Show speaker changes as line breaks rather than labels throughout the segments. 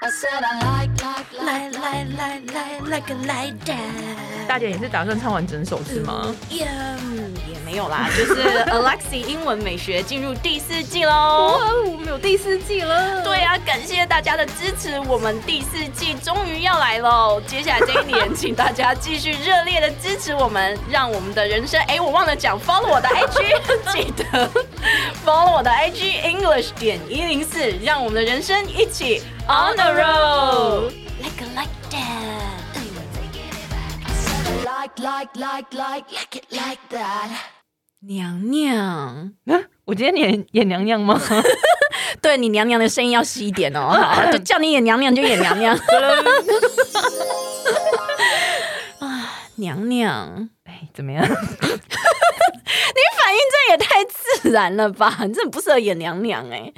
I said I like, like, like,
like like like like like that。
大姐，你是打算唱完整首是吗？
也没有啦，就是 Alexi 英文美学进入第四季喽。
我们有第四季了。
对啊，感谢大家的支持，我们第四季终于要来喽！接下来这一年，请大家继续热烈的支持我们，让我们的人生……哎，我忘了讲，follow 我 的 IG，记得 follow 我的 IG English 点一零四，让我们的人生一起 on the road。
Like a like that。
I said I like, like, like, like, like it like that.
娘娘，
啊我今天演演娘娘吗？
对你娘娘的声音要细一点哦，好，就叫你演娘娘就演娘娘。啊，娘娘。
哎，怎么样？
反应这也太自然了吧！你真的不适合演娘娘哎、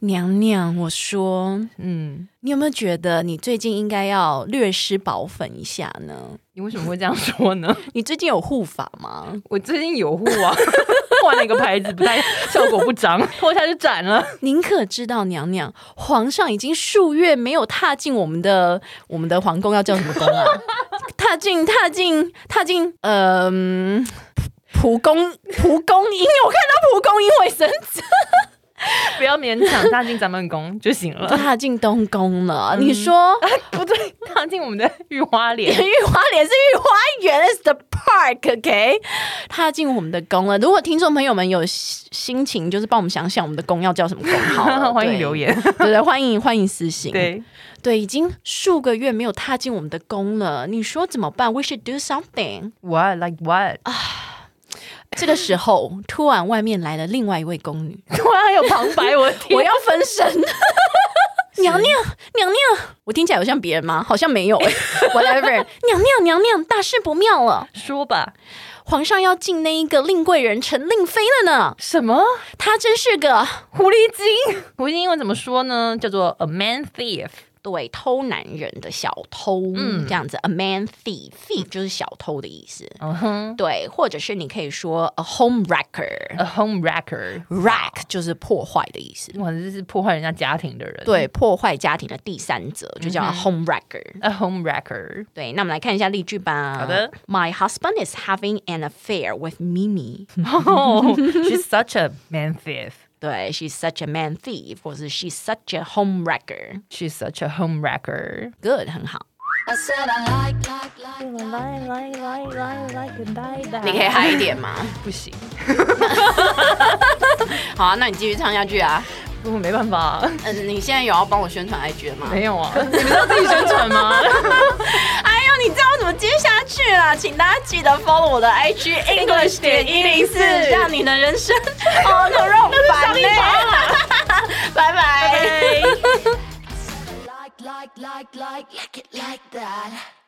娘娘，我说，
嗯，
你有没有觉得你最近应该要略施保粉一下呢？
你为什么会这样说呢？
你最近有护发吗？
我最近有护啊， 换了一个牌子，不太效果不 彰，脱下就斩了。
您可知道，娘娘，皇上已经数月没有踏进我们的我们的皇宫，要叫什么 宫啊？踏进，踏进，踏进，呃嗯、蒲公蒲公英，我看到蒲公英卫生纸。
不要勉强踏进咱们宫就行了。
踏进东宫了，你说
啊不对，踏进我们的御花 莲。
御花莲是御花园，is the park，OK？、踏进我们的宫了。如果听众朋友们有心心情，就是帮我们想想我们的宫要叫什么宫好 了
欢迎
对
留言。
对对，欢迎欢迎私信。
哦对，
对，已经数个月没有踏进我们的宫了，你说怎么办？We should do something。
What like what？
这个时候，突然外面来了另外一位宫女，
突然有旁白， 我的天
我要分身。 娘娘，娘娘，我听起来有像别人吗？好像没有、欸、，whatever。娘 娘，娘娘，大事不妙了！
说吧，
皇上要进那一个令贵人陈令妃了呢，
什么
他真是个
狐狸精？狐狸精英文怎么说呢？叫做 a man thief。
对偷男人的小偷，
嗯
这样子，a man thief，thief 就是小偷的意思，
嗯哼
对，或者是你可以说 a home wrecker，rack、
，a home wrecker。
Wreck 就是破坏的意思，
哇，这是破坏人家家庭的人。
对，破坏家庭的第三者就叫 a home wrecker。
，a home wrecker。
对，那我们来看一下例句吧。
好的
，My husband is having an affair with Mimi 。
哦 she's such a man thief.
对，She's such a man thief，或是 She's such a home wrecker。
She's such a home wrecker.
Good，很好。
I said I like, like, like, like.
Like like like like like that。
你可以嗨一点 吗？
不行，
好啊，那你继续唱下去啊。
我没办法，
嗯，你现在有要帮我宣传 IG 了吗？
没有啊，呃 你们要自己宣传吗？
哎呦，你知道我怎么接下去啦？请大家记得 follow 我的 IG English 点一零四，让你的人生 on the road 欸版嘞。拜拜。
Like, like, like, like, like it like that.